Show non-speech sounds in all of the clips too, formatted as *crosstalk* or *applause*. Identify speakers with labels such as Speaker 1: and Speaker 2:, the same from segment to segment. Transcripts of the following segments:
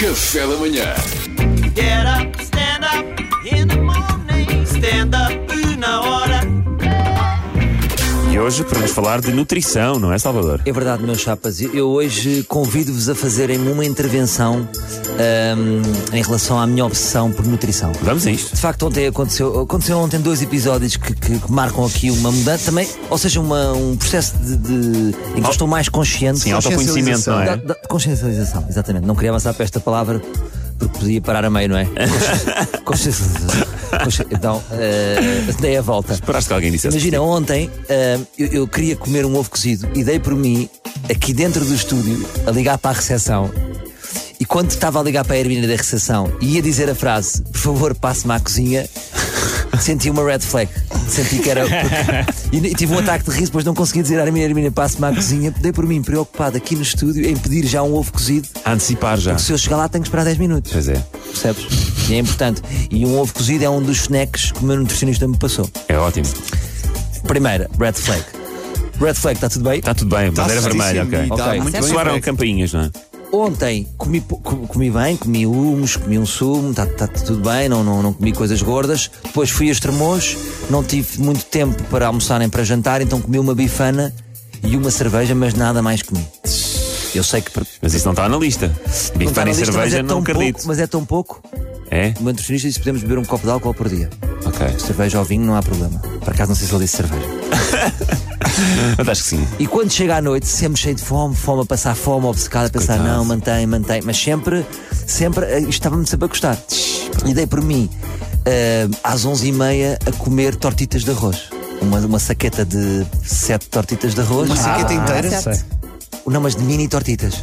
Speaker 1: Café da manhã.
Speaker 2: Get up, stand up in the morning. Stand up na hora.
Speaker 3: E hoje para nos falar de nutrição, não é, Salvador?
Speaker 4: É verdade, meus chapas. Eu hoje convido-vos a fazerem uma intervenção ahm, em relação à minha obsessão por nutrição.
Speaker 3: Vamos a isto.
Speaker 4: De facto, ontem aconteceu, aconteceu ontem dois episódios que, que- que marcam aqui uma mudança também, ou seja, uma- um processo de, de- em que eu estou mais consciente.
Speaker 3: Sim, autoconhecimento, não
Speaker 4: Da,
Speaker 3: é?
Speaker 4: da- de consciencialização, exatamente. Não queria avançar para esta palavra porque podia parar a
Speaker 3: *laughs*
Speaker 4: meio, não é? Consci- Consciencialização. Consci- Então, eh, dei a volta.
Speaker 3: Esperaste que alguém dissesse.
Speaker 4: Imagina, ontem ah, eu, eu queria comer um ovo cozido e dei por mim, aqui dentro do estúdio, a ligar para a recepção. E quando estava a ligar para a Hermina da recepção e ia dizer a frase, por favor, passe-me à cozinha, senti uma red flag. Senti que era. porque- E, e tive um ataque de riso, depois não consegui dizer à Hermina, Hermina, passe-me à cozinha. Dei por mim, preocupado aqui no estúdio, em pedir já um ovo cozido.
Speaker 3: A antecipar já.
Speaker 4: Se eu chegar lá, tenho que esperar 10 minutos.
Speaker 3: Ah. Pois é.
Speaker 4: Percebes? E é importante. E um ovo cozido é um dos snacks que o meu nutricionista me passou.
Speaker 3: É ótimo.
Speaker 4: Primeira, red flag. Red flag, está tudo bem?
Speaker 3: Está tudo bem, bandeira vermelha, ok.
Speaker 4: Ok.
Speaker 5: muito bem.
Speaker 3: Soaram campainhas, não é?
Speaker 4: Ontem comi, po- co- comi bem, comi humus, comi um sumo, está tudo bem, não, não, não comi coisas gordas. Depois fui a Estremoz, não tive muito tempo para almoçar nem para jantar, então comi uma bifana e uma cerveja, mas nada mais comi. Eu sei que. per-
Speaker 3: Mas isso não está na lista. Big
Speaker 4: não está
Speaker 3: Fan
Speaker 4: na
Speaker 3: e
Speaker 4: lista, mas
Speaker 3: cerveja,
Speaker 4: é
Speaker 3: não
Speaker 4: tão
Speaker 3: acredito.
Speaker 4: pouco, Mas é tão pouco.
Speaker 3: É?
Speaker 4: O meu nutricionista disse que podemos beber um copo de álcool por dia.
Speaker 3: Ok. *laughs*
Speaker 4: Cerveja ou vinho, não há problema. Por acaso não sei se ele disse cerveja.
Speaker 3: Mas acho que sim.
Speaker 4: E quando chega à noite, sempre cheio de fome, fome a passar fome, obcecado a pensar,
Speaker 3: Coitado.
Speaker 4: não, mantém, mantém, mas sempre, sempre, eh, estava-me sempre a gostar. E dei por mim, eh, às 11h30, a comer tortitas de arroz. Uma, uma saqueta de sete tortitas de arroz. Uma
Speaker 5: Saqueta inteira?
Speaker 4: Não, mas de mini tortitas.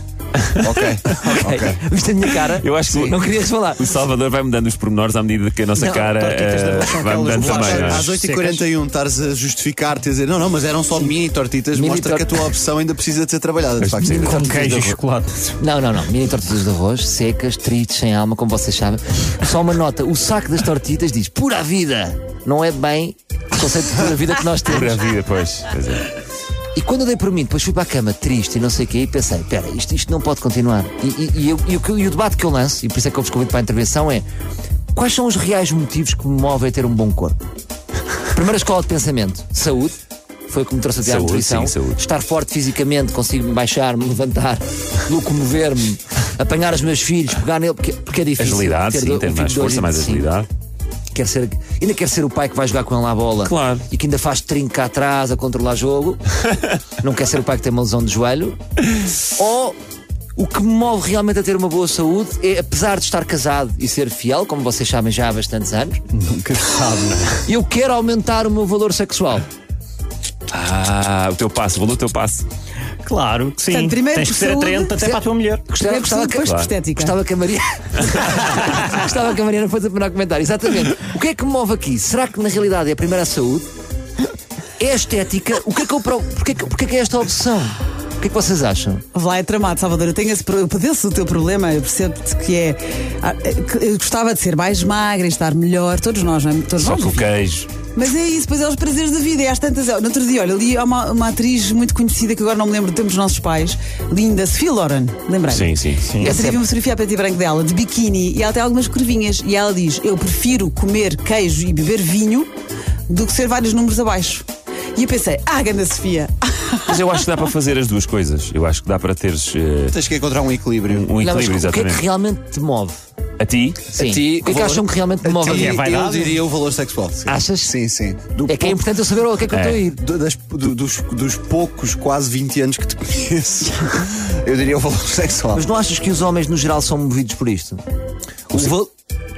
Speaker 5: Ok.
Speaker 4: *laughs* Ok. Viste a minha cara?
Speaker 3: Eu acho que
Speaker 4: Não querias falar.
Speaker 3: o Salvador vai mudando os pormenores à medida que a nossa
Speaker 4: Não,
Speaker 3: cara
Speaker 6: tortitas de
Speaker 3: eh,
Speaker 6: arroz são
Speaker 3: vai
Speaker 6: aquelas
Speaker 3: mudando
Speaker 6: bolachas
Speaker 3: também, não é?
Speaker 6: às
Speaker 5: Às 8h41 estares a justificar-te e a dizer não, não, mas eram só mini tortitas,
Speaker 4: Mini
Speaker 5: mostra
Speaker 4: tor-
Speaker 5: que a tua opção ainda precisa de ser trabalhada, de facto.
Speaker 3: precisa.
Speaker 6: Com queijo e
Speaker 4: Tortitas de
Speaker 6: chocolate.
Speaker 4: Não, não, não. Mini tortitas de arroz, secas, tristes, sem alma, como vocês sabem. Só uma nota: o saco das tortitas diz pura vida. Não é bem o conceito de pura vida que nós
Speaker 3: *laughs*
Speaker 4: temos.
Speaker 3: Para a vida, pois. Pois é.
Speaker 4: E quando eu dei por mim, depois fui para a cama triste e não sei o quê, e pensei: pera, isto, isto não pode continuar. E, e- e eu- e o que- e o debate que eu lanço, e por isso é que eu vos convido para a intervenção, é: quais são os reais motivos que me movem a ter um bom corpo? *laughs* Primeira escola de pensamento: saúde. Foi o que me trouxe até à
Speaker 3: Saúde,
Speaker 4: nutrição.
Speaker 3: sim, saúde.
Speaker 4: Estar forte fisicamente, consigo me baixar, me levantar, *laughs* locomover-me, apanhar os meus filhos, pegar nele, porque, porque é difícil.
Speaker 3: Agilidade,
Speaker 4: ter
Speaker 3: sim,
Speaker 4: do- um
Speaker 3: tem
Speaker 4: filho
Speaker 3: mais
Speaker 4: de dois
Speaker 3: força,
Speaker 4: e-
Speaker 3: mais
Speaker 4: sim.
Speaker 3: agilidade.
Speaker 4: Quer ser, ainda quer ser o pai que vai jogar com ele à bola
Speaker 3: Claro.
Speaker 4: e que ainda faz trinca atrás a controlar
Speaker 6: *laughs*
Speaker 4: jogo. não quer ser o pai que tem uma lesão de joelho. Ou o que me move realmente a ter uma boa saúde é, apesar de estar casado e ser fiel, como vocês sabem já há bastantes anos,
Speaker 6: Nunca se sabe, não é?
Speaker 4: eu quero aumentar o meu valor sexual.
Speaker 3: Ah, o teu passo, valeu o teu passo.
Speaker 6: Claro que sim.
Speaker 7: Portanto, primeiro
Speaker 6: Tens que
Speaker 7: por
Speaker 6: ser
Speaker 7: saúde.
Speaker 6: atraente até para a tua mulher.
Speaker 4: Gostava, gostava,
Speaker 7: Primeiro por saúde,
Speaker 4: que,
Speaker 7: depois por
Speaker 4: claro.
Speaker 7: estética.
Speaker 4: gostava que a
Speaker 7: *laughs*
Speaker 4: Maria gostava que a Mariana fosse a primeira a comentar. Exatamente. O que é que me move aqui? Será que na realidade é a primeira a saúde? É a estética? O que é que eu pro... Porquê que, porquê que é esta obsessão? O que é que vocês acham?
Speaker 7: Vai, é tramado, Salvador. Eu tenho esse pro- eu padeço o teu problema. Eu percebo-te que é. ah, que Eu gostava de ser mais magra, e estar melhor. Todos nós, não é? Todos
Speaker 3: Só
Speaker 7: nós.
Speaker 3: que o queijo.
Speaker 7: Mas é isso, pois é os prazeres da vida. E às tantas. é, No outro dia, olha, ali há uma, uma atriz muito conhecida que agora não me lembro do tempo dos nossos pais. Linda, Sophie Loren. Lembrei.
Speaker 3: Sim, sim, sim.
Speaker 7: Eu tive uma fotografia a preto e branco dela, de biquíni, e ela tem algumas curvinhas. E ela diz: Eu prefiro comer queijo e beber vinho do que ser vários números abaixo. E eu pensei: Ah, Ganda Sofia!
Speaker 3: Mas eu acho que dá para fazer as duas coisas. Eu acho que dá para teres eh,
Speaker 5: Tens que encontrar um equilíbrio.
Speaker 3: um
Speaker 4: Não, mas
Speaker 3: equilíbrio,
Speaker 4: o que é que
Speaker 3: exatamente.
Speaker 4: realmente te move?
Speaker 3: A ti?
Speaker 4: Sim.
Speaker 5: ti,
Speaker 4: o que é que
Speaker 5: valor-
Speaker 4: acham que realmente te
Speaker 5: A
Speaker 4: move?
Speaker 5: ti,
Speaker 4: É,
Speaker 6: vai
Speaker 5: eu
Speaker 6: dar?
Speaker 5: diria o valor sexual. sim.
Speaker 4: Achas?
Speaker 5: Sim, sim. Do
Speaker 4: que é
Speaker 5: pouco-
Speaker 4: importante eu saber o que é que eu estou a ir.
Speaker 5: do- das- do- dos, dos poucos quase 20 anos que te conheço, *laughs* eu diria o valor sexual.
Speaker 4: Mas não achas que os homens no geral são movidos por isto? O val-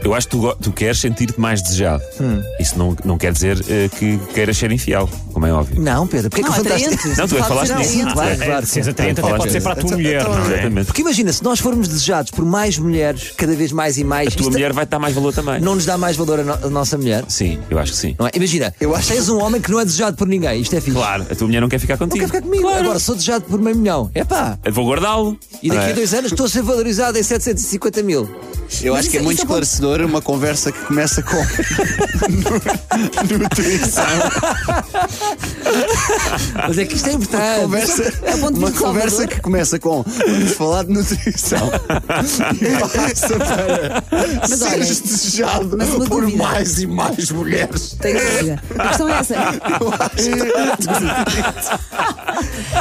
Speaker 3: Eu acho que tu, go- tu queres sentir-te mais desejado.
Speaker 4: Hum.
Speaker 3: Isso não, não quer dizer eh, que queiras ser infiel, como é óbvio.
Speaker 4: Não, Pedro,
Speaker 7: *laughs*
Speaker 4: porque é que
Speaker 7: Não,
Speaker 4: levantaste?
Speaker 7: atraente.
Speaker 3: Não, tu é que
Speaker 7: Fala-se
Speaker 3: falaste
Speaker 7: de
Speaker 3: nisso.
Speaker 7: atraente.
Speaker 4: Claro,
Speaker 6: É,
Speaker 4: claro.
Speaker 6: Seres atraente até
Speaker 3: Falaste
Speaker 6: pode ser
Speaker 3: nisso.
Speaker 6: para a tua
Speaker 5: Então-
Speaker 6: mulher,
Speaker 5: então-
Speaker 6: não é?
Speaker 3: Exatamente.
Speaker 4: Porque imagina, se nós formos desejados por mais mulheres, cada vez mais e mais,
Speaker 3: A tua
Speaker 4: isto é-
Speaker 3: mulher vai dar mais valor também.
Speaker 4: não nos dá mais valor a, no- a nossa mulher?
Speaker 3: Sim, eu acho que sim.
Speaker 4: Não é? Imagina,
Speaker 5: Eu acho-
Speaker 4: tens um homem que não é desejado por ninguém, isto é fixe.
Speaker 3: Claro, a tua mulher não quer ficar
Speaker 4: Não
Speaker 3: contigo.
Speaker 4: quer ficar comigo. Agora sou desejado por meio milhão. É pá.
Speaker 3: Eu Vou guardá-lo.
Speaker 4: E daqui
Speaker 3: Não é?
Speaker 4: a dois anos estou a ser valorizado em 750 mil.
Speaker 5: Eu
Speaker 7: Mas
Speaker 5: acho que é
Speaker 7: isso-
Speaker 5: muito
Speaker 7: isso é bom.
Speaker 5: esclarecedor computador uma conversa que começa com *laughs* nu- nutrição.
Speaker 4: Mas é que isto é importante.
Speaker 5: Conversa,
Speaker 7: É bom de
Speaker 5: uma
Speaker 7: vir de Salvador.
Speaker 5: conversa que começa com vamos falar de
Speaker 7: *laughs*
Speaker 5: nutrição e passa para
Speaker 7: olha,
Speaker 5: seres desejado
Speaker 7: mas uma
Speaker 5: por
Speaker 7: dúvida.
Speaker 5: mais e mais mulheres.
Speaker 7: Tenho dúvida. A questão é essa.
Speaker 5: Eu acho que-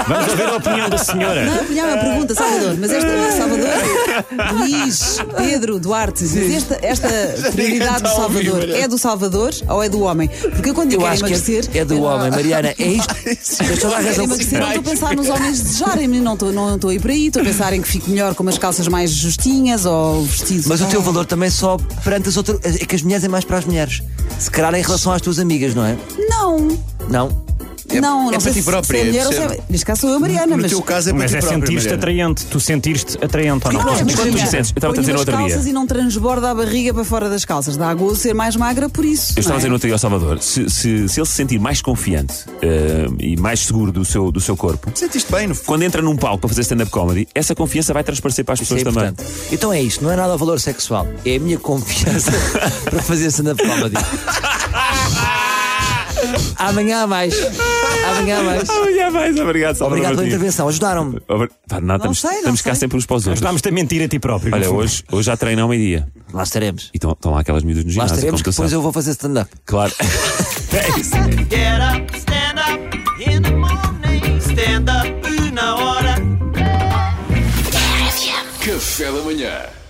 Speaker 6: Vamos ouvir a opinião da senhora.
Speaker 7: Não, apanhava a pergunta, Salvador, mas esta Salvador, Luís, Pedro, Duarte, mas esta,
Speaker 5: *laughs*
Speaker 7: esta prioridade do
Speaker 5: está a ouvir,
Speaker 7: Salvador
Speaker 5: Mariana.
Speaker 7: é do Salvador ou é do homem? Porque eu quando eu
Speaker 4: Eu
Speaker 7: quero
Speaker 4: acho
Speaker 7: emagrecer.
Speaker 4: que é, é do
Speaker 7: eu-
Speaker 4: homem, Mariana. É isto. Tens toda a
Speaker 7: eu quero
Speaker 4: razão.
Speaker 7: emagrecer, não estou a pensar nos homens desejarem-me, não estou não estou a ir para aí, estou a pensar em que fico melhor com umas calças mais justinhas ou vestidos.
Speaker 4: Mas o teu valor também é só perante as outras. É que as mulheres é mais para as mulheres. Se calhar em relação às tuas amigas, não é?
Speaker 7: Não,
Speaker 4: Não.
Speaker 7: não, não
Speaker 5: é para
Speaker 7: sei
Speaker 5: ti
Speaker 7: se- se
Speaker 5: própria,
Speaker 7: é mulher ou se
Speaker 5: percebe?
Speaker 7: é. Neste caso sou eu, Mariana,
Speaker 5: No
Speaker 7: mas.
Speaker 5: teu caso é para
Speaker 6: Mas
Speaker 5: ti
Speaker 6: é
Speaker 5: própria,
Speaker 6: sentir-te
Speaker 5: Mariana.
Speaker 6: atriente. Tu sentires-te atraente ou não?
Speaker 7: Claro,
Speaker 3: mas quando tu
Speaker 7: Mariana,
Speaker 3: disseste- eu estava a
Speaker 7: ponho
Speaker 3: dizer no
Speaker 7: umas
Speaker 3: outro dia.
Speaker 7: calças e não transborda a barriga para fora das calças. Dá a gozo ser mais magra por isso.
Speaker 3: Eu estava a
Speaker 7: não é?
Speaker 3: dizer no outro dia ao Salvador: se, se- se ele se sentir mais confiante eh, e mais seguro do seu, do seu corpo,
Speaker 5: Sentiste bem, no fundo.
Speaker 3: quando entra num palco para fazer stand-up comedy, essa confiança vai transparecer para as
Speaker 4: Isso é
Speaker 3: pessoas também.
Speaker 4: importante. Então é isto, não é nada o valor sexual, é a
Speaker 3: *laughs*
Speaker 4: minha confiança para fazer stand-up comedy. Amanhã há mais. Amanhã há mais.
Speaker 3: Amanhã mais, Ah, obrigado, Salvador.
Speaker 4: Obrigado pela
Speaker 3: Martinho.
Speaker 4: intervenção, ajudaram-me.
Speaker 3: Obri- Pá, nada,
Speaker 7: Não
Speaker 3: estamos,
Speaker 7: sei, não
Speaker 3: estamos cá
Speaker 7: sei.
Speaker 3: sempre uns para os outros.
Speaker 6: Estamos a mentir a ti próprio. no
Speaker 3: Olha,
Speaker 6: fundo.
Speaker 3: hoje, hoje já treino ao meio-dia.
Speaker 4: Lá estaremos.
Speaker 3: E estão estão lá aquelas miúdas no
Speaker 4: Lá
Speaker 3: ginásio.
Speaker 4: estaremos
Speaker 3: como tu
Speaker 4: que depois
Speaker 3: sabes.
Speaker 4: eu vou fazer stand-up.
Speaker 3: Claro. é isso.
Speaker 2: Get up, stand up in the morning. Stand up, una hora.
Speaker 1: Café da manhã.